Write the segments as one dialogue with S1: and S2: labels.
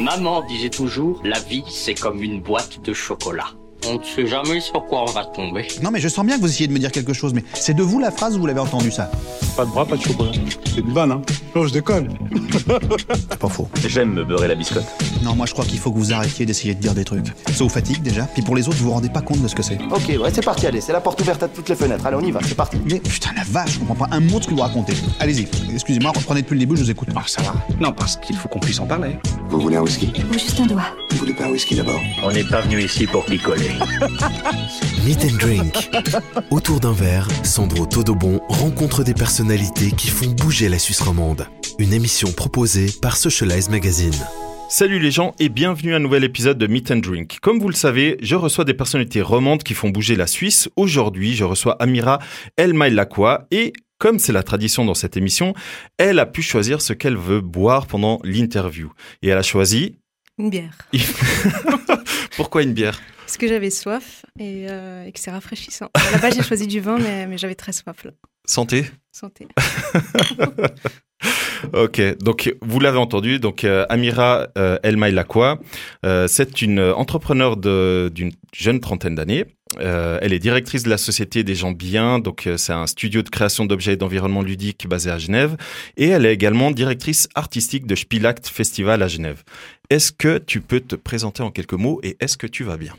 S1: Maman disait toujours, la vie c'est comme une boîte de chocolat. On ne sait jamais sur quoi on va tomber.
S2: Non mais je sens bien que vous essayez de me dire quelque chose, mais c'est de vous la phrase ou vous l'avez entendu ça
S3: Pas de bras, pas de chocolat.
S4: C'est une vanne, hein
S3: Non, je déconne.
S2: C'est pas faux.
S5: J'aime me beurrer la biscotte.
S2: Non, moi je crois qu'il faut que vous arrêtiez d'essayer de dire des trucs. Ça vous fatigue déjà, puis pour les autres, vous vous rendez pas compte de ce que c'est.
S6: Ok, ouais, c'est parti, allez, c'est la porte ouverte à toutes les fenêtres. Allez, on y va, c'est parti.
S2: Mais putain la vache, je comprends pas un mot de ce que vous racontez. Allez-y, excusez-moi, reprenez depuis le début, je vous écoute.
S7: Ah, ça va. Non, parce qu'il faut qu'on puisse en parler.
S8: Vous voulez un whisky
S9: Ou juste un doigt.
S8: Vous voulez pas un whisky d'abord
S5: On n'est pas venu ici pour picoler.
S10: Meet and Drink. Autour d'un verre, Sandro Todobon rencontre des personnalités qui font bouger la Suisse romande. Une émission proposée par Socialize Magazine.
S11: Salut les gens et bienvenue à un nouvel épisode de Meet and Drink. Comme vous le savez, je reçois des personnalités romandes qui font bouger la Suisse. Aujourd'hui, je reçois Amira Elmaïlakwa et comme c'est la tradition dans cette émission, elle a pu choisir ce qu'elle veut boire pendant l'interview. Et elle a choisi...
S12: Une bière.
S11: Pourquoi une bière
S12: Parce que j'avais soif et, euh, et que c'est rafraîchissant. À la base, j'ai choisi du vin, mais, mais j'avais très soif là.
S11: Santé
S12: Santé.
S11: Ok, donc vous l'avez entendu, donc euh, Amira euh, Elmaïlakwa, euh, c'est une entrepreneur de- d'une jeune trentaine d'années. Euh, elle est directrice de la Société des gens bien, donc euh, c'est un studio de création d'objets et d'environnement ludique basé à Genève. Et elle est également directrice artistique de Spielact Festival à Genève. Est-ce que tu peux te présenter en quelques mots et est-ce que tu vas bien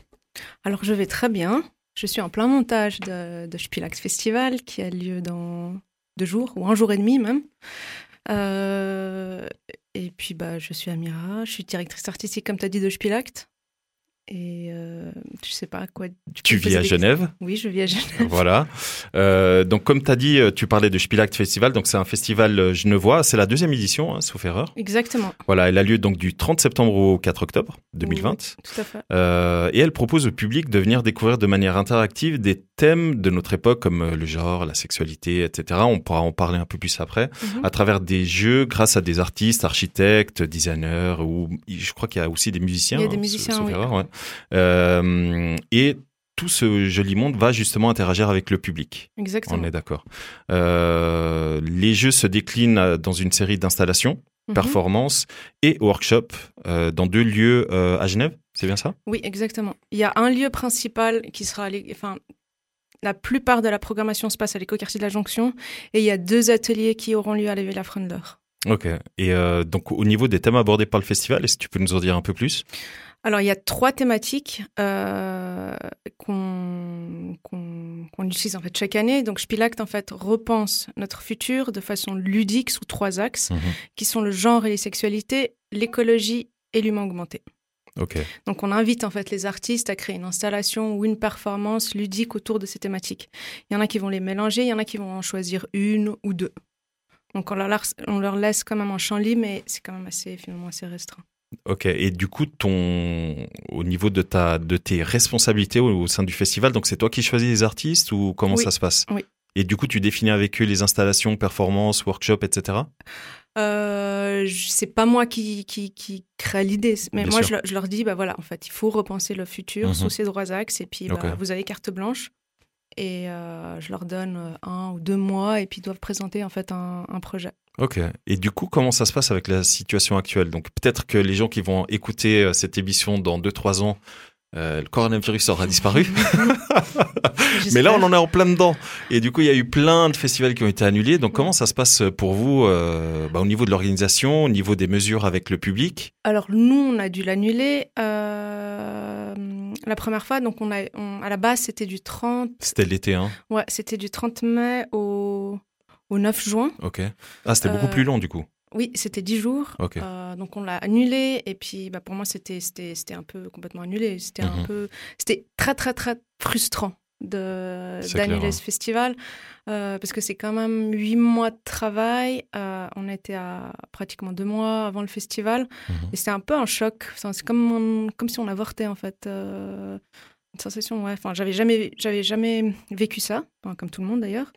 S12: Alors, je vais très bien. Je suis en plein montage de, de Spielax Festival qui a lieu dans deux jours ou un jour et demi même. Euh, et puis, bah, je suis Amira, je suis directrice artistique, comme tu as dit, de Spielact. Et euh, je sais pas à quoi.
S11: Tu vis à Genève
S12: Oui, je vis à Genève.
S11: Voilà. Euh, donc, comme tu as dit, euh, tu parlais de Spielact Festival. Donc, c'est un festival euh, genevois. C'est la deuxième édition, hein, sauf erreur.
S12: Exactement,
S11: Voilà, elle a lieu donc du 30 septembre au 4 octobre 2020.
S12: tout à fait.
S11: Euh, et elle propose au public de venir découvrir de manière interactive des thèmes de notre époque, comme euh, le genre, la sexualité, etc. On pourra en parler un peu plus après,
S12: Mhm.
S11: à travers des jeux grâce à des artistes, architectes, designers, ou je crois qu'il y a aussi des musiciens.
S12: Il y a des
S11: hein,
S12: musiciens,
S11: sauf
S12: oui.
S11: erreur, ouais. Euh, et tout ce joli monde va justement interagir avec le public.
S12: Exactement.
S11: On est d'accord. Euh, les jeux se déclinent euh, dans une série d'installations,
S12: Mhm.
S11: performances et workshops euh, dans deux lieux euh, à Genève, c'est bien ça
S12: Oui, exactement. Il y a un lieu principal qui sera à l'é- enfin la plupart de la programmation se passe à l'écoquartier de la Jonction et il y a deux ateliers qui auront lieu à l'éveil la Frondeur.
S11: Ok. Et euh, donc au niveau des thèmes abordés par le festival, est-ce que tu peux nous en dire un peu plus
S12: Alors il y a trois thématiques euh, qu'on qu'on- qu'on utilise en fait chaque année. Donc Spielact en fait repense notre futur de façon ludique sous trois axes
S11: Mhm.
S12: qui sont le genre et les sexualités, l'écologie et l'humain augmenté.
S11: Ok.
S12: Donc on invite en fait les artistes à créer une installation ou une performance ludique autour de ces thématiques. Il y en a qui vont les mélanger, il y en a qui vont en choisir une ou deux. Donc on leur, lar- on leur laisse quand même un champ libre, mais c'est quand même assez finalement assez restreint.
S11: Ok. Et du coup, ton au niveau de ta de tes responsabilités au, au sein du festival, donc c'est toi qui choisis les artistes ou comment
S12: Oui.
S11: ça se passe
S12: Oui.
S11: Et du coup, tu définis avec eux les installations, performances, workshops, etc.
S12: Euh, je- c'est pas moi qui, qui, qui crée l'idée, mais
S11: Bien
S12: moi
S11: sûr.
S12: je, leur- je leur dis bah voilà en fait il faut repenser le futur
S11: Mhm.
S12: sous ces trois axes et puis bah,
S11: Ok.
S12: vous avez carte blanche et euh, je leur donne euh, un ou deux mois et puis ils doivent présenter en fait un, un projet.
S11: Ok. Et du coup, comment ça se passe avec la situation actuelle Donc, peut-être que les gens qui vont écouter euh, cette émission dans 2-3 ans, euh, le coronavirus aura disparu. Mais là, on en est en plein dedans. Et du coup, il y a eu plein de festivals qui ont été annulés.
S12: Mm.
S11: Donc, comment ça se passe pour vous euh, bah, au niveau de l'organisation, au niveau des mesures avec le public
S12: Alors nous, on a dû l'annuler euh, la première fois. Donc on a, on- à la base, c'était du 30,
S11: C'était l'été, hein
S12: ouais, c'était du 30 mai au, au 9 juin.
S11: Ok. Ah, c'était beaucoup
S12: Euh,
S11: plus long, du coup.
S12: Oui, c'était 10 jours.
S11: Ok.
S12: Euh, donc on l'a annulé et puis bah, pour moi, c'était c'était c'était un peu complètement annulé. C'était un
S11: Mhm.
S12: peu, c'était très très très frustrant de
S11: C'est clair,
S12: d'annuler
S11: hein.
S12: ce festival euh, parce que c'est quand même huit mois de travail. Euh, on était à pratiquement deux mois avant le festival.
S11: Mhm.
S12: Et c'était un peu un choc. Enfin, C'est comme, on- comme si on avortait, en fait. Euh, une sensation, ouais. Enfin, j'avais jamais, j'avais jamais vécu ça, Enfin, comme tout le monde d'ailleurs.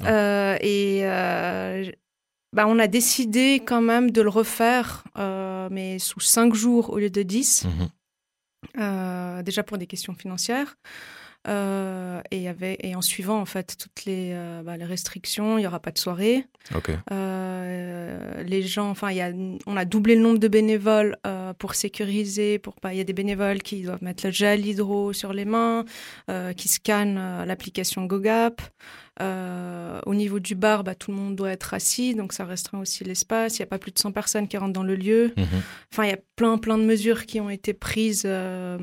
S11: Non.
S12: Euh, et euh, j- bah, on a décidé quand même de le refaire, euh, mais sous cinq jours au lieu de 10,
S11: Mhm.
S12: euh, déjà pour des questions financières. Euh, et, il y avait- et en suivant, en fait, toutes les, euh, bah, les restrictions, il n'y aura pas de soirée.
S11: Ok.
S12: Euh, les gens, enfin, il y a, on a doublé le nombre de bénévoles euh, pour sécuriser, pour pas. Il y a des bénévoles qui doivent mettre le gel hydro sur les mains, euh, qui scannent euh, l'application GoGap. Euh, au niveau du bar, bah, tout le monde doit être assis, donc ça restreint aussi l'espace. Il n'y a pas plus de 100 personnes qui rentrent dans le lieu.
S11: Mhm.
S12: Enfin, il y a plein, plein de mesures qui ont été prises euh,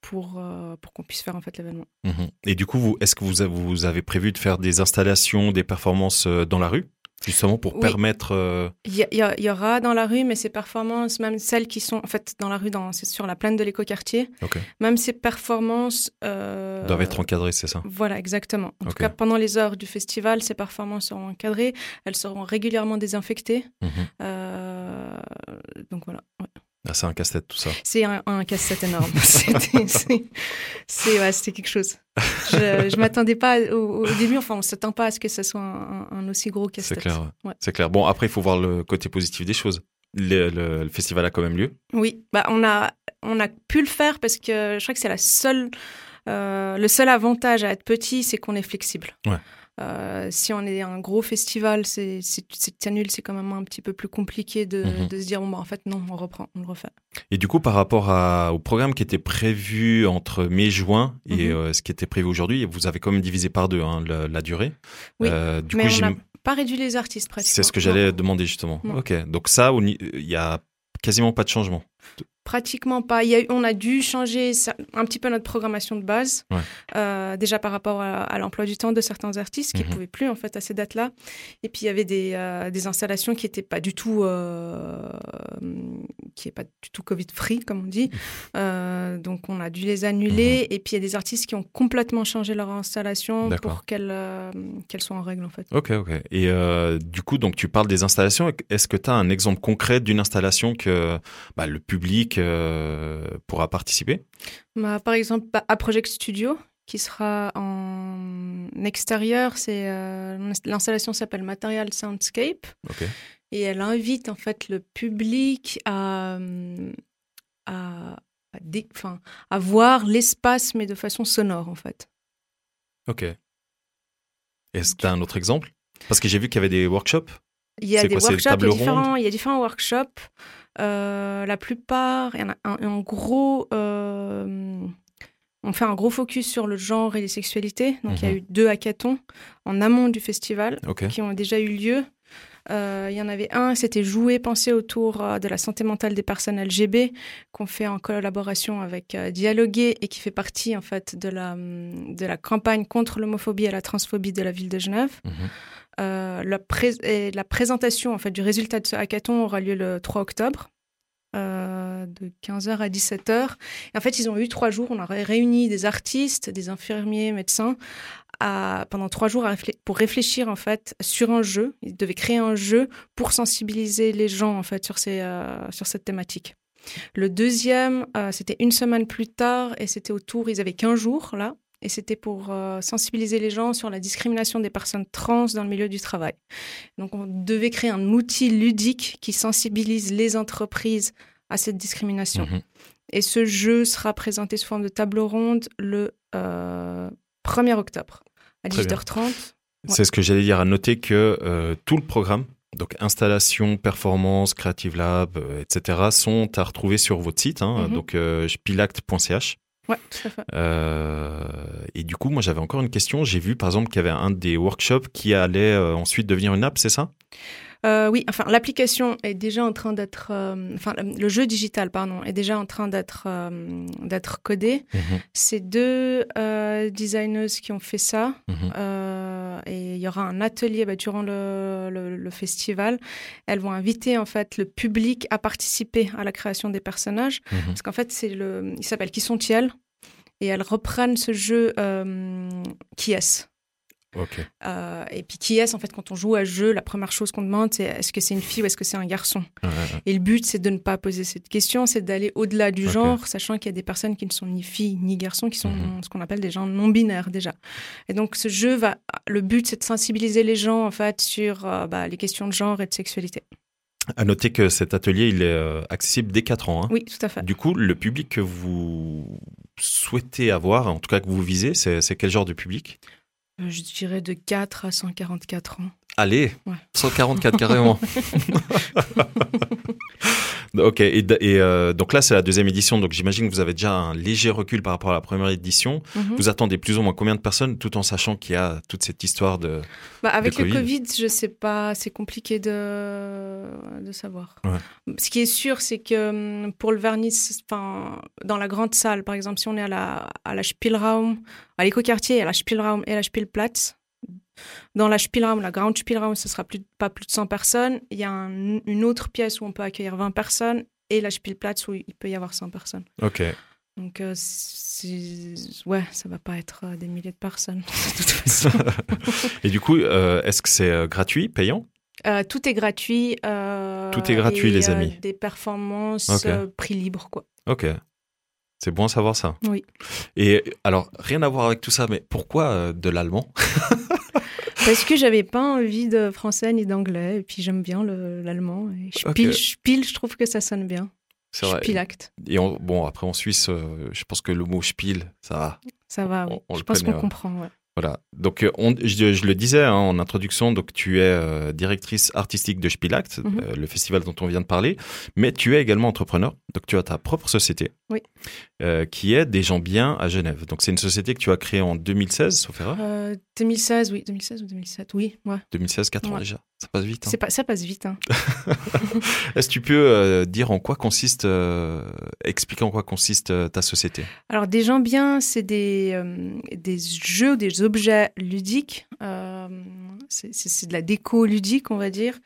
S12: pour, euh, pour qu'on puisse faire en fait l'événement.
S11: Mhm. Et du coup, vous, est-ce que vous, a- vous avez prévu de faire des installations, des performances euh, dans la rue Justement pour
S12: Oui.
S11: permettre. euh,
S12: Il y, a- il y a- il y aura dans la rue, mais ces performances, même celles qui sont en fait dans la rue, dans, c'est sur la plaine de l'écoquartier,
S11: Ok.
S12: même ces performances euh,
S11: doivent être encadrées, c'est ça
S12: Voilà, exactement. En
S11: Ok.
S12: tout cas, pendant les heures du festival, ces performances seront encadrées, elles seront régulièrement désinfectées.
S11: Mhm.
S12: Euh, donc voilà. ouais.
S11: Ah, C'est un casse-tête tout ça.
S12: C'est un, un casse-tête énorme. C'était c'est- c'est- ouais, c'était quelque chose. Je, je m'attendais pas au, au début, enfin, on s'attend pas à ce que ce soit un, un- un aussi gros
S11: C'est
S12: casse-tête.
S11: clair. ouais.
S12: Ouais.
S11: C'est clair. Bon, après, il faut voir le côté positif des choses. Le, le- le festival a quand même lieu.
S12: Oui, bah, on, a, on a pu le faire parce que je crois que c'est la seule. euh, le seul avantage à être petit, c'est qu'on est flexible.
S11: Ouais.
S12: Euh, si on est un gros festival, c'est c'est- c'est t'annules, c'est quand même un petit peu plus compliqué de,
S11: Mhm.
S12: de se dire bon bah en fait non, on reprend, on le refait.
S11: Et du coup, par rapport à- au programme qui était prévu entre mai-juin et
S12: Mhm.
S11: euh, ce qui était prévu aujourd'hui, vous avez quand même divisé par deux hein, la, la durée.
S12: Oui.
S11: Euh, du
S12: Mais
S11: coup,
S12: on n'a
S11: j'im-
S12: pas réduit les artistes pratiquement.
S11: c'est ce que
S12: Non.
S11: j'allais demander justement.
S12: Non.
S11: Ok. Donc ça, au ni- il y a quasiment pas de changement.
S12: Pratiquement pas. Il y a eu- on a dû changer ça- un petit peu notre programmation de base,
S11: Ouais.
S12: Euh, déjà par rapport à, à l'emploi du temps de certains artistes qui ne
S11: Mhm.
S12: pouvaient plus en fait à ces dates-là. Et puis il y avait des, euh, des installations qui n'étaient pas du tout, euh, qui est pas du tout Covid-free comme on dit. Euh, donc on a dû les annuler.
S11: Mhm.
S12: Et puis il y a des artistes qui ont complètement changé leur installation
S11: D'accord.
S12: pour qu'elle euh, qu'elle soit en règle en fait.
S11: Ok, ok. Et euh, du coup, donc tu parles des installations. Est-ce que tu as un exemple concret d'une installation que bah, le public euh, pourra participer
S12: Bah, par exemple, bah, à Project Studio, qui sera en extérieur, c'est euh, l'installation s'appelle Material Soundscape
S11: Ok.
S12: et elle invite en fait le public à euh, à, à dé- enfin, à voir l'espace mais de façon sonore en fait.
S11: Ok. Est-ce que tu as un autre exemple Parce que j'ai vu qu'il y avait des workshops.
S12: Il y a
S11: C'est
S12: des
S11: quoi, c'est
S12: workshops, il
S11: table
S12: y a
S11: ronde
S12: différents, il y a différents workshops. Euh, la plupart, il y en a un, un gros. euh, on fait un gros focus sur le genre et les sexualités. Donc il y a
S11: Mhm.
S12: eu deux hackathons en amont du festival
S11: Ok.
S12: qui ont déjà eu lieu. Euh, Il y en avait un, c'était Jouer, penser autour euh, de la santé mentale des personnes LGB, qu'on fait en collaboration avec euh, Dialoguer et qui fait partie en fait de la, hum, de la campagne contre l'homophobie et la transphobie de la ville de Genève.
S11: Mhm.
S12: Euh, la, pré- et la présentation en fait du résultat de ce hackathon aura lieu le 3 octobre. euh, de 15h à 17h. Et en fait, ils ont eu trois jours. On a ré- réuni des artistes, des infirmiers, médecins, à- pendant trois jours à réflé- pour réfléchir en fait sur un jeu. Ils devaient créer un jeu pour sensibiliser les gens en fait sur, ces, euh, sur cette thématique. Le deuxième, euh, c'était une semaine plus tard et c'était autour, ils avaient 15 jours là, et c'était pour euh, sensibiliser les gens sur la discrimination des personnes trans dans le milieu du travail. Donc on devait créer un outil ludique qui sensibilise les entreprises à cette discrimination.
S11: Mhm.
S12: Et ce jeu sera présenté sous forme de table ronde le euh, 1er octobre à
S11: Très bien.
S12: 18h30.
S11: C'est ce que j'allais dire. À noter que euh, tout le programme, donc installation, performance, Creative Lab, euh, etc., sont à retrouver sur votre site, hein,
S12: Mhm.
S11: donc euh, spilacte.ch.
S12: Ouais, tout à fait.
S11: Euh, et du coup, moi, j'avais encore une question. J'ai vu, par exemple, qu'il y avait un des workshops qui allait euh, ensuite devenir une app, c'est ça
S12: Euh, oui, enfin, l'application est déjà en train d'être, euh, enfin, le jeu digital, pardon, est déjà en train d'être euh, d'être codé. C'est deux euh, designers qui ont fait ça,
S11: Mhm.
S12: Euh, et il y aura un atelier bah, durant le, le- le festival. Elles vont inviter en fait le public à participer à la création des personnages,
S11: Mhm.
S12: parce qu'en fait, c'est le, il s'appelle Qui sont-ils Et elles reprennent ce jeu euh, Qui est-ce
S11: Ok.
S12: euh, et puis qui est-ce en fait quand on joue à ce jeu La première chose qu'on demande c'est est-ce que c'est une fille ou est-ce que c'est un garçon
S11: Euh,
S12: Et le but c'est de ne pas poser cette question, c'est d'aller au-delà du
S11: Ok.
S12: genre, sachant qu'il y a des personnes qui ne sont ni filles ni garçons, qui sont
S11: Mhm.
S12: ce qu'on appelle des gens non binaires déjà. Et donc ce jeu va, le but c'est de sensibiliser les gens en fait sur euh, bah, les questions de genre et de sexualité.
S11: À noter que cet atelier, il est euh, accessible dès 4 ans. hein.
S12: Oui, tout à fait.
S11: Du coup, le public que vous souhaitez avoir, en tout cas que vous visez, c'est c'est quel genre de public
S12: Euh, Je dirais de 4 à 144 ans.
S11: Allez,
S12: Ouais.
S11: 144 carrément. Ok, et, d- et, euh, donc là, c'est la deuxième édition, donc j'imagine que vous avez déjà un léger recul par rapport à la première édition.
S12: Mhm.
S11: Vous attendez plus ou moins combien de personnes, tout en sachant qu'il y a toute cette histoire de...
S12: Bah, avec
S11: le
S12: le
S11: Covid.
S12: Covid, je sais pas, c'est compliqué de, de savoir. Ce qui est sûr, c'est que hum, pour le vernis, enfin, dans la grande salle, par exemple, si on est à la, à la Spielraum, à l'écoquartier, à la Spielraum et à la Spielplatz, dans la Spielraum, la grande Spielraum, ce sera plus, pas plus de 100 personnes. Il y a un- une autre pièce où on peut accueillir 20 personnes et la Spielplatz où il peut y avoir 100 personnes.
S11: Ok.
S12: Donc, euh, c'est- ouais, ça va pas être euh, des milliers de personnes, de toute façon.
S11: et du coup, euh, est-ce que c'est euh, gratuit, payant
S12: Euh, tout est gratuit. euh,
S11: Tout est gratuit,
S12: et,
S11: les
S12: euh,
S11: amis.
S12: des performances
S11: Ok.
S12: euh, prix libre, quoi.
S11: Ok. C'est bon à savoir ça.
S12: Oui.
S11: Et alors, rien à voir avec tout ça, mais pourquoi euh, de l'allemand
S12: Parce que j'avais pas envie de français ni d'anglais, et puis j'aime bien le- l'allemand. Et
S11: Ok.
S12: Spiel, Spiel, je trouve que ça sonne bien.
S11: C'est vrai.
S12: Spielakt,
S11: Et on- bon, après en Suisse, euh, je pense que le mot spiel, ça va.
S12: ça va.
S11: On-
S12: oui.
S11: on
S12: je
S11: le
S12: pense
S11: connaît,
S12: qu'on
S11: ouais.
S12: comprend. ouais.
S11: Voilà. Donc, euh, on- je, je le disais hein, en introduction, donc tu es euh, directrice artistique de Spielakt,
S12: Mhm.
S11: euh, le festival dont on vient de parler, mais tu es également entrepreneur. Donc, tu as ta propre société,
S12: Oui.
S11: euh, qui est Des gens bien à Genève. Donc, c'est une société que tu as créée en 2016, sauf erreur.
S12: Euh, 2016, oui, 2016 ou 2007, oui, ouais.
S11: 2016, 4 ans
S12: Ouais.
S11: déjà. Ça passe vite. hein.
S12: C'est pas, ça passe vite. hein.
S11: Est-ce que tu peux euh, dire en quoi consiste, euh, expliquer en quoi consiste euh, ta société
S12: Alors, des gens bien, c'est des, euh, des jeux, des objets ludiques. euh, c'est- c'est c'est de la déco ludique, on va dire,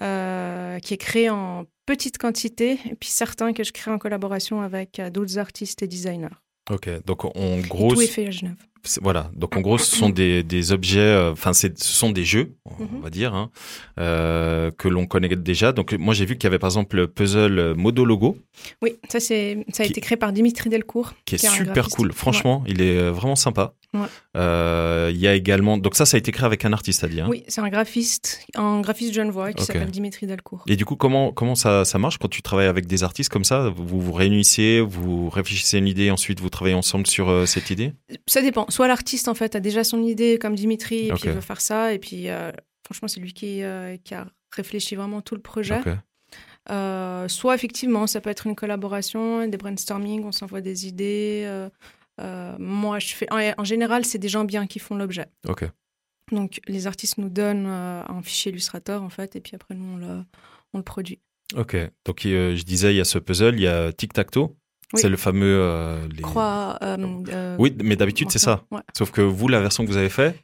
S12: euh, qui est créée en petite quantité, et puis certains que je crée en collaboration avec euh, d'autres artistes et designers.
S11: Ok, donc en
S12: Et
S11: gros,
S12: tout est fait à Genève.
S11: c'est- voilà. Donc en gros, ce sont des, des objets, euh, enfin, c'est- ce sont des jeux, on
S12: Mhm.
S11: va dire, hein, euh, que l'on connaît déjà. Donc moi, j'ai vu qu'il y avait par exemple le puzzle euh, Modo Logo,
S12: Oui, ça, c'est- ça a
S11: Qui-
S12: été créé par Dimitri Delcourt.
S11: qui est
S12: un
S11: super
S12: graphiste.
S11: cool. Franchement, il est euh, vraiment sympa.
S12: Ouais.
S11: Euh, Il y a également, donc ça, ça a été créé avec un artiste, hein. à dire.
S12: Ouais. Oui, c'est un graphiste, un graphiste genevois qui
S11: Ok.
S12: s'appelle Dimitri Delcourt.
S11: Et du coup, comment, comment ça, ça marche quand tu travailles avec des artistes comme ça Vous vous réunissez, vous réfléchissez à une idée, ensuite vous travaillez ensemble sur euh, cette idée
S12: Ça dépend. Soit l'artiste, en fait, a déjà son idée, comme Dimitri, et
S11: Ok.
S12: puis il veut faire ça. Et puis, euh, franchement, c'est lui qui, euh, qui a réfléchi vraiment tout le projet.
S11: Ok.
S12: Euh, soit, effectivement, ça peut être une collaboration, des brainstorming, on s'envoie des idées. euh, euh, moi, je fais. En, en général, c'est des gens bien qui font l'objet.
S11: Ok.
S12: Donc, les artistes nous donnent euh, un fichier Illustrator, en fait, et puis après, nous, on le, on le produit.
S11: Ok. Donc euh, je disais, il y a ce puzzle, il y a Tic Tac Toe.
S12: Oui.
S11: C'est le fameux. euh, les-
S12: Croix. euh, euh,
S11: Oui, mais d'habitude c'est ça.
S12: Ouais.
S11: Sauf que vous, la version que vous avez faite,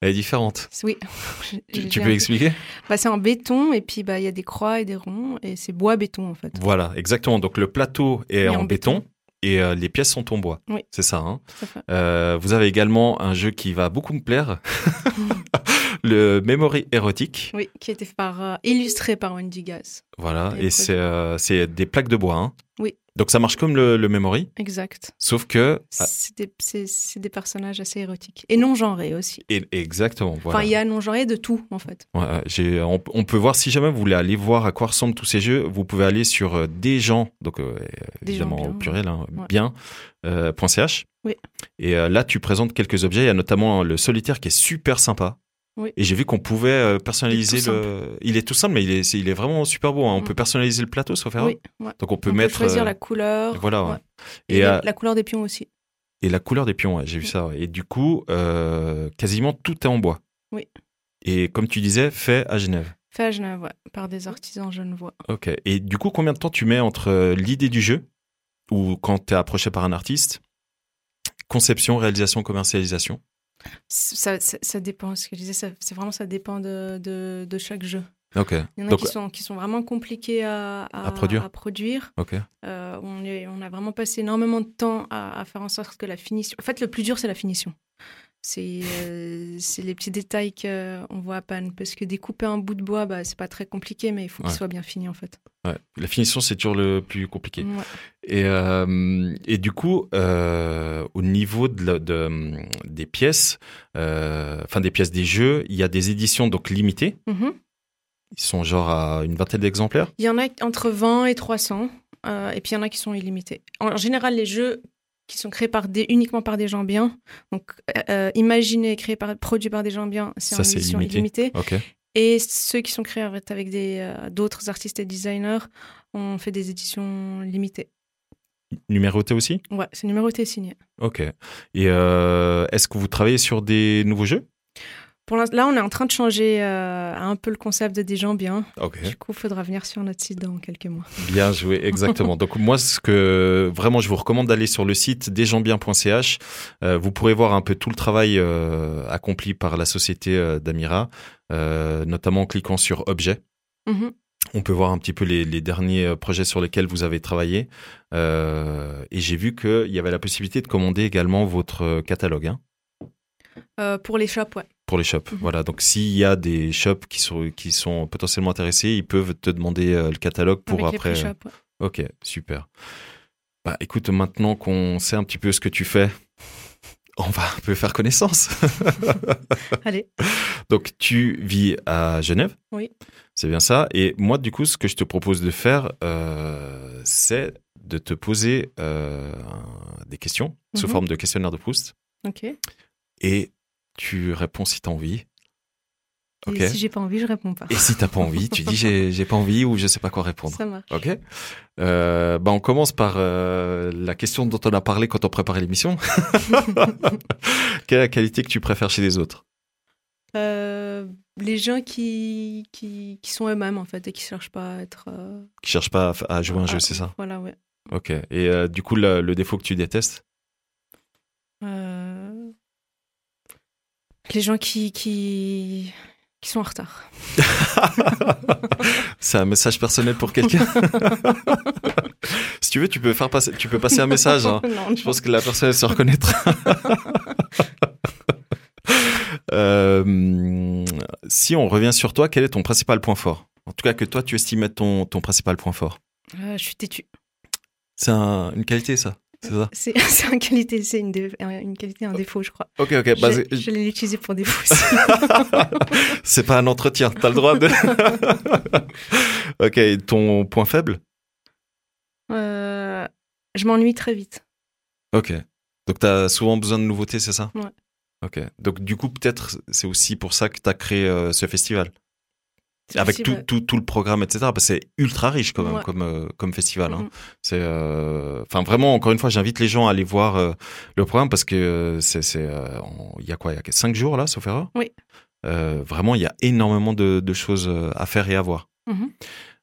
S11: elle est différente.
S12: Oui.
S11: Tu,
S12: J'ai-
S11: tu
S12: j'ai
S11: peux
S12: un-
S11: expliquer
S12: Bah, c'est en béton et puis bah il y a des croix et des ronds et c'est bois béton en fait.
S11: Voilà, exactement. Donc le plateau est
S12: Et
S11: en,
S12: en
S11: béton.
S12: béton.
S11: Et euh, les pièces sont en bois.
S12: Oui.
S11: C'est ça. hein.
S12: Tout à fait.
S11: Euh, vous avez également un jeu qui va beaucoup me plaire le Memory Érotique.
S12: Oui, qui a été fait par euh, illustré par Wendy Gaz.
S11: Voilà,
S12: Et
S11: et
S12: après-
S11: c'est euh, c'est des plaques de bois. hein.
S12: Oui.
S11: Donc ça marche comme le, le memory,
S12: Exact.
S11: sauf que. ah,
S12: C'est des, c'est- c'est des personnages assez érotiques et non genrés aussi.
S11: et- exactement. Voilà.
S12: Enfin, il y a non genré de tout en fait.
S11: Ouais, j'ai- on, on peut voir, si jamais vous voulez aller voir à quoi ressemblent tous ces jeux, vous pouvez aller sur euh, des gens, donc euh,
S12: Des
S11: évidemment
S12: gens bien,
S11: au pluriel, hein,
S12: ouais.
S11: bien, euh, point .ch.
S12: Oui.
S11: Et euh, là, tu présentes quelques objets. Il y a notamment le solitaire qui est super sympa.
S12: Oui.
S11: Et j'ai vu qu'on pouvait euh, personnaliser
S12: tout
S11: le. Il est tout simple, mais il est, c'est- il est vraiment super beau. hein. On
S12: Mm.
S11: peut personnaliser le plateau, sauf erreur.
S12: Oui. ouais.
S11: Donc Ah. on peut
S12: On peut
S11: mettre.
S12: choisir
S11: euh,
S12: la couleur.
S11: Voilà. ouais.
S12: ouais.
S11: Et,
S12: Et, la,
S11: euh,
S12: la couleur des pions aussi.
S11: et la couleur des pions, ouais,
S12: Mm.
S11: j'ai vu ça. ouais. Et du coup, euh, quasiment tout est en bois.
S12: Oui.
S11: Et comme tu disais, fait à Genève.
S12: Fait à Genève, ouais, par des artisans genevois.
S11: Ok. Et du coup, combien de temps tu mets entre euh, l'idée du jeu, ou quand tu es approché par un artiste, conception, réalisation, commercialisation
S12: Ça, ça, ça dépend. Ce que je disais, ça- c'est vraiment ça dépend de- de, de chaque jeu.
S11: Ok.
S12: Il y en a
S11: Donc,
S12: qui, sont, qui sont vraiment compliqués à, à-
S11: À produire.
S12: à produire.
S11: ok.
S12: Euh, on, est- on a vraiment passé énormément de temps à, à faire en sorte que la finition. En fait, le plus dur, c'est la finition. C'est euh, c'est les petits détails qu'on voit à peine. Parce que découper un bout de bois, bah, c'est pas très compliqué, mais il faut qu'il
S11: Ouais.
S12: soit bien fini, en fait.
S11: Ouais. La finition, c'est toujours le plus compliqué.
S12: Ouais.
S11: Et, euh, et du coup, euh, au niveau de, la- de, des pièces, euh, enfin des pièces des jeux, il y a des éditions donc limitées.
S12: Mhm.
S11: Ils sont genre à une vingtaine d'exemplaires.
S12: Il y en a entre 20 et 300. euh, et puis, il y en a qui sont illimités. En, en général, les jeux qui sont créés par des, uniquement par des gens bien. Donc, euh, euh, imaginés, créés par, produits par des gens bien, c'est
S11: Ça,
S12: en
S11: c'est
S12: édition
S11: illimité.
S12: illimitée.
S11: Ok.
S12: Et ceux qui sont créés avec avec des, euh, d'autres artistes et designers, on fait des éditions limitées.
S11: Numéroté aussi
S12: Ouais, c'est numéroté et signé.
S11: Ok. Et euh, est-ce que vous travaillez sur des nouveaux jeux
S12: Pour l'inst- là, on est en train de changer euh, un peu le concept de des gens bien.
S11: Ok.
S12: Du coup, faudra venir sur notre site dans quelques mois.
S11: Bien joué, exactement. Donc moi, ce que vraiment je vous recommande d'aller sur le site desjambien.ch. Euh, vous pourrez voir un peu tout le travail euh, accompli par la société euh, d'Amira, euh, notamment en cliquant sur Objet.
S12: Mhm.
S11: On peut voir un petit peu les, les derniers euh, projets sur lesquels vous avez travaillé. Euh, et j'ai vu qu'il y avait la possibilité de commander également votre euh, catalogue. hein,
S12: Euh, pour les shops, ouais.
S11: Pour les shops,
S12: Mhm.
S11: voilà. Donc, s'il y a des shops qui sont, qui sont potentiellement intéressés, ils peuvent te demander euh, le catalogue pour
S12: avec
S11: après.
S12: les pré-shops, ouais.
S11: Ok, super. Bah écoute, maintenant qu'on sait un petit peu ce que tu fais, on va un peu faire connaissance. euh.
S12: Allez.
S11: Donc tu vis à Genève
S12: Oui.
S11: C'est bien ça. Et moi, du coup, ce que je te propose de faire, euh, c'est de te poser euh, un- des questions sous
S12: Mhm.
S11: forme de questionnaire de Proust.
S12: Ok. Et
S11: Et tu réponds si t'as envie. Ok.
S12: si j'ai pas envie, je réponds pas.
S11: Et si t'as pas envie, tu dis j'ai j'ai pas envie ou je sais pas quoi répondre.
S12: Ça marche.
S11: Ok. Euh, bah on commence par euh, la question dont on a parlé quand on préparait l'émission. Quelle est la qualité que tu préfères chez les autres
S12: Euh, les gens qui, qui, qui sont eux-mêmes, en fait, et qui cherchent pas à être. euh,
S11: Qui cherchent pas à f- à, jouer un jeu,
S12: ah,
S11: c'est ça
S12: Voilà, ouais.
S11: Ok. Et euh, du coup, le, le défaut que tu détestes
S12: Euh, Les gens qui, qui, qui sont en retard.
S11: C'est un message personnel pour quelqu'un. si tu veux, tu peux faire passer, tu peux passer un message. hein.
S12: Non,
S11: Je pense que la personne elle se reconnaîtra. Euh, si on revient sur toi, quel est ton principal point fort En tout cas, que toi, tu estimes être ton, ton principal point fort.
S12: Euh, je suis têtue.
S11: C'est un- une qualité, ça C'est ça
S12: C'est c'est une qualité, c'est une, dé- une qualité, un défaut, je crois.
S11: Ok, ok. bah,
S12: je
S11: c'est-
S12: je l'ai utilisé pour défaut aussi.
S11: c'est pas un entretien. T'as le droit de. ok, et ton point faible
S12: Euh, je m'ennuie très vite.
S11: Ok. Donc, t'as souvent besoin de nouveautés, c'est ça
S12: Ouais.
S11: Ok. Donc, du coup, peut-être, c'est aussi pour ça que t'as créé euh, ce festival.
S12: C'est
S11: avec
S12: possible,
S11: tout, tout, tout le programme, etc. Parce que c'est ultra riche quand même
S12: Ouais.
S11: comme, euh, comme festival. hein.
S12: Mhm.
S11: C'est, euh, enfin vraiment, encore une fois, j'invite les gens à aller voir euh, le programme parce que euh, c'est, c'est, euh, en- il y a quoi, il y a cinq jours là, sauf erreur.
S12: Oui.
S11: Euh, vraiment, il y a énormément de, de choses euh, à faire et à voir.
S12: Mhm.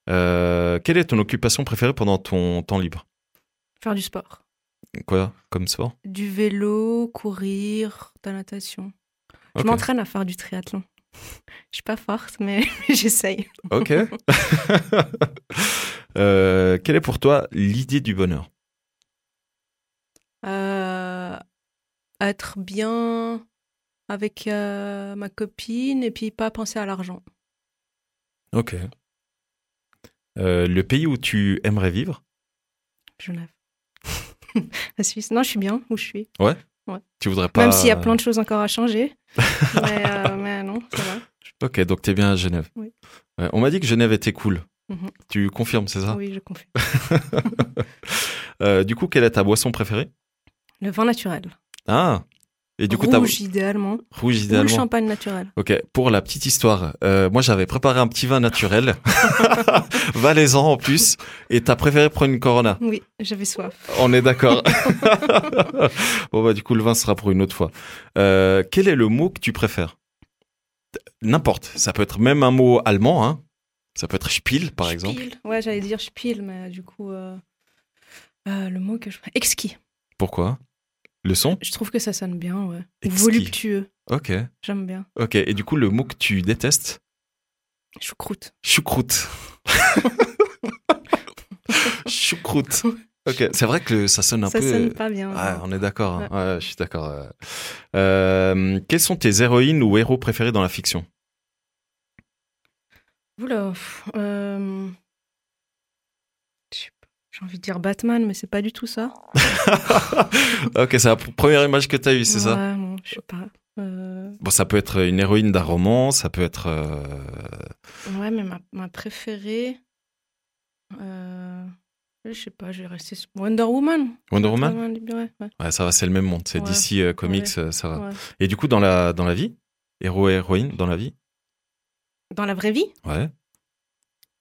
S11: Euh, quelle est ton occupation préférée pendant ton temps libre
S12: Faire du sport.
S11: Quoi comme sport
S12: Du vélo, courir, de la natation.
S11: Ok.
S12: Je m'entraîne à faire du triathlon. Je suis pas forte, mais j'essaye.
S11: Ok. Euh, quelle est pour toi l'idée du bonheur
S12: Euh, être bien avec euh, ma copine et puis pas penser à l'argent.
S11: Ok. Euh, le pays où tu aimerais vivre
S12: Genève. la Suisse. Non, je suis bien où je suis.
S11: Tu voudrais pas.
S12: Même s'il y a plein de choses encore à changer. mais, euh, mais non, ça va.
S11: Ok, donc t'es bien à Genève.
S12: Oui.
S11: Ouais, on m'a dit que Genève était cool.
S12: Mhm.
S11: Tu confirmes, c'est ça
S12: Oui, je confie.
S11: Euh, Du coup, quelle est ta boisson préférée
S12: Le vin naturel.
S11: Ah Et du coup, ta
S12: Rouge, idéalement.
S11: rouge
S12: Ou le
S11: idéalement.
S12: champagne naturel.
S11: Ok, pour la petite histoire, euh, moi j'avais préparé un petit vin naturel, valaisan en plus, et t'as préféré prendre une Corona.
S12: Oui, j'avais soif.
S11: On est d'accord. bon bah du coup le vin sera pour une autre fois. Euh, quel est le mot que tu préfères N'importe. Ça peut être même un mot allemand. Hein. Ça peut être Spiel par exemple.
S12: Spiel. Ouais, j'allais dire spiel, mais du coup, euh, euh, le mot que je. Exquis.
S11: Pourquoi Le son
S12: Je trouve que ça sonne bien, ouais.
S11: Exquis.
S12: Voluptueux.
S11: Ok.
S12: J'aime bien.
S11: Ok. Et du coup le mot que tu détestes
S12: Choucroute.
S11: Choucroute. Choucroute. Ok. C'est vrai que le- ça sonne un
S12: ça
S11: peu. euh,
S12: sonne pas bien.
S11: Ouais,
S12: non.
S11: on est d'accord. hein. Ouais, je suis d'accord. euh. Euh, quelles sont tes héroïnes ou héros préférés dans la fiction
S12: Oula. pff, euh, je sais pas. J'ai envie de dire Batman, mais c'est pas du tout ça.
S11: Ok, c'est la pr- première image que tu as eue, c'est ça
S12: Ouais, non, je sais pas. Euh,
S11: Bon, ça peut être une héroïne d'un roman, ça peut être. euh,
S12: Ouais, mais ma, ma préférée. euh, Je sais pas, je vais rester sur Wonder Woman.
S11: Wonder Woman
S12: Batman, ouais, ouais.
S11: Ouais, ça va, c'est le même monde. C'est
S12: Ouais.
S11: DC euh, Comics, euh, ça va.
S12: Ouais.
S11: Et du coup, dans la, dans la vie Héros et héroïne dans la vie
S12: Dans la vraie vie,
S11: Ouais.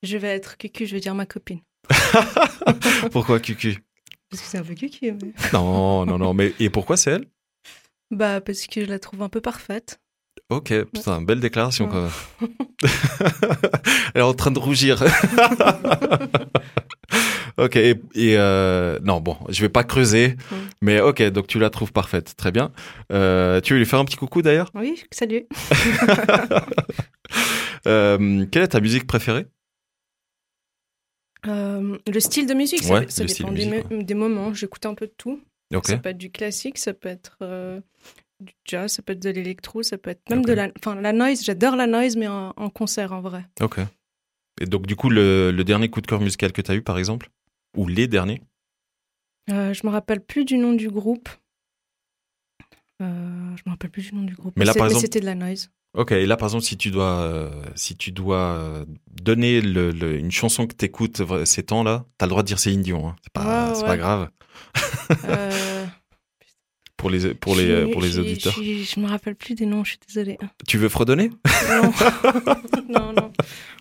S12: je vais être cucu, je vais dire ma copine.
S11: Pourquoi Cucu
S12: Parce que c'est un peu cucu. mais-
S11: Non, non, non. Mais et pourquoi c'est elle
S12: Bah, parce que je la trouve un peu parfaite.
S11: Ok, putain, belle déclaration quand même. Elle est en train de rougir. ok, et, et, euh, non, bon, je vais pas creuser,
S12: Mm.
S11: mais ok, donc tu la trouves parfaite, très bien. Euh, tu veux lui faire un petit coucou d'ailleurs
S12: Oui, salut.
S11: Euh, Quelle est ta musique préférée
S12: Euh, le style de musique, ça,
S11: Ouais,
S12: ça
S11: le style
S12: dépend
S11: de
S12: des,
S11: musique,
S12: me- des moments. J'écoute un peu de tout.
S11: Ok,
S12: Ça peut être du classique, ça peut être euh, du jazz, ça peut être de l'électro, ça peut être même de
S11: Ok.
S12: la, enfin la noise. J'adore la noise, mais en, en concert en vrai.
S11: ok. Et donc du coup, le, le dernier coup de cœur musical que tu as eu par exemple Ou les derniers
S12: Euh, je me rappelle plus du nom du groupe. Euh, je me rappelle plus du nom du groupe.
S11: Mais là,
S12: c'est-
S11: par exemple-
S12: c'était de la noise.
S11: Ok, et là par exemple, si tu dois, euh, si tu dois euh, donner le- le- une chanson que t'écoutes vra- ces temps-là, t'as le droit de dire Céline Dion, hein. c'est pas,
S12: Ouais,
S11: c'est
S12: ouais.
S11: pas grave
S12: Euh,
S11: pour les, pour les, euh,
S12: je suis-
S11: pour les
S12: je suis-
S11: auditeurs.
S12: Je, suis- je me rappelle plus des noms. Je suis désolée.
S11: Tu veux fredonner
S12: Non, non, non.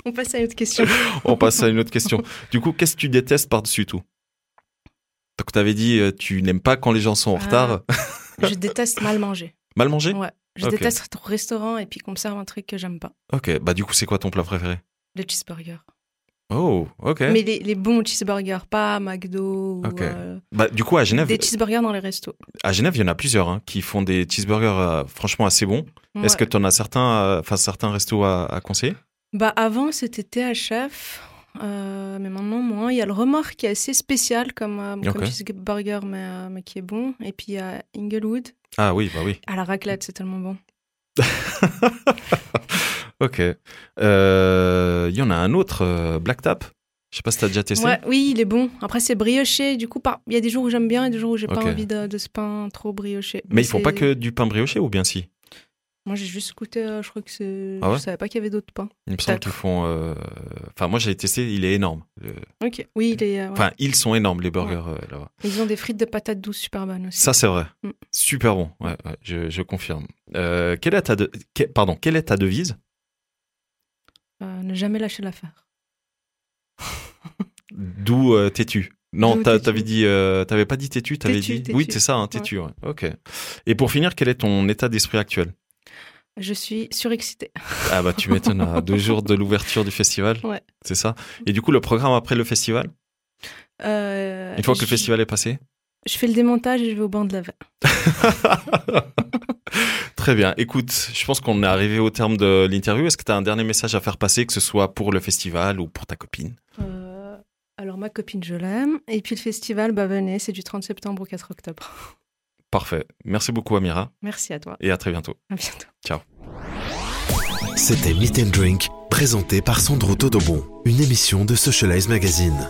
S12: On passe à une autre question.
S11: On passe à une autre question. Du coup, qu'est-ce que tu détestes par-dessus tout Donc t'avais dit, euh, tu n'aimes pas quand les gens sont en
S12: Ah.
S11: retard.
S12: Je déteste mal manger.
S11: Mal manger
S12: Ouais. Je
S11: Ok.
S12: déteste être au restaurant et puis qu'on me serve un truc que j'aime pas.
S11: Ok, bah du coup, c'est quoi ton plat préféré
S12: Le cheeseburger.
S11: Oh, ok.
S12: Mais les, les bons cheeseburgers, pas McDo ou
S11: Ok.
S12: euh,
S11: Bah, du coup, à Genève,
S12: des cheeseburgers dans les restos.
S11: à Genève, il y en a plusieurs hein, qui font des cheeseburgers euh, franchement assez bons. Est-ce que
S12: Ouais.
S11: tu en as certains, euh, enfin certains restos à, à conseiller
S12: Bah avant c'était THF, euh, mais maintenant moins. Il y a le remorque qui est assez spécial comme, euh, comme
S11: Ok.
S12: cheeseburger, mais, euh, mais qui est bon. Et puis il y a Inglewood.
S11: Ah oui, bah oui.
S12: À la raclette, c'est tellement bon.
S11: Ok. Euh, Il y en a un autre, euh, Black Tap. Je sais pas si t'as déjà testé.
S12: Ouais, oui, il est bon. Après c'est brioché. Du coup, par- il y a des jours où j'aime bien et des jours où j'ai
S11: Ok.
S12: pas envie de, de ce pain trop brioché.
S11: Mais ils font
S12: c'est-
S11: pas que du pain brioché ou bien si
S12: Moi j'ai juste goûté. euh, je crois que c'est.
S11: Ah ouais
S12: je savais pas qu'il y avait d'autres pains.
S11: Il me semble qu'ils
S12: Peut-être.
S11: font. euh, Enfin, moi j'ai testé, il est énorme. Le-
S12: Ok. Oui, il est, euh, ouais.
S11: Enfin, ils sont énormes les burgers euh, là-bas.
S12: ils ont des frites de patates douces super bonnes aussi.
S11: Ça c'est vrai.
S12: Mm.
S11: Super bon. Ouais, ouais, je, je confirme. Euh, quelle est ta de- que- pardon quelle est ta devise
S12: Euh, ne jamais lâcher l'affaire.
S11: D'où euh, t'es-tu Non,
S12: D'où
S11: t'as-
S12: têtu.
S11: t'avais dit, euh, t'avais pas dit t'es-tu, t'avais
S12: Têtu,
S11: dit.
S12: têtu.
S11: Oui, c'est ça, hein, t'es-tu. ouais. Ok. Et pour finir, quel est ton état d'esprit actuel
S12: Je suis surexcitée.
S11: Ah bah tu m'étonnes, à deux jours de l'ouverture du festival.
S12: Ouais.
S11: C'est ça. Et du coup, le programme après le festival,
S12: Euh,
S11: une fois que le
S12: je-
S11: festival est passé.
S12: Je fais le démontage et je vais au banc de la veille.
S11: Très bien. Écoute, je pense qu'on est arrivé au terme de l'interview. Est-ce que t'as un dernier message à faire passer, que ce soit pour le festival ou pour ta copine
S12: Euh, alors, ma copine, je l'aime. Et puis le festival, bah venez, c'est du 30 septembre au 4 octobre.
S11: Parfait. Merci beaucoup, Amira,
S12: Merci à toi.
S11: et à très bientôt.
S12: À bientôt.
S10: C'était Meet and Drink, présenté par Sandro Todobon, une émission de Socialize Magazine.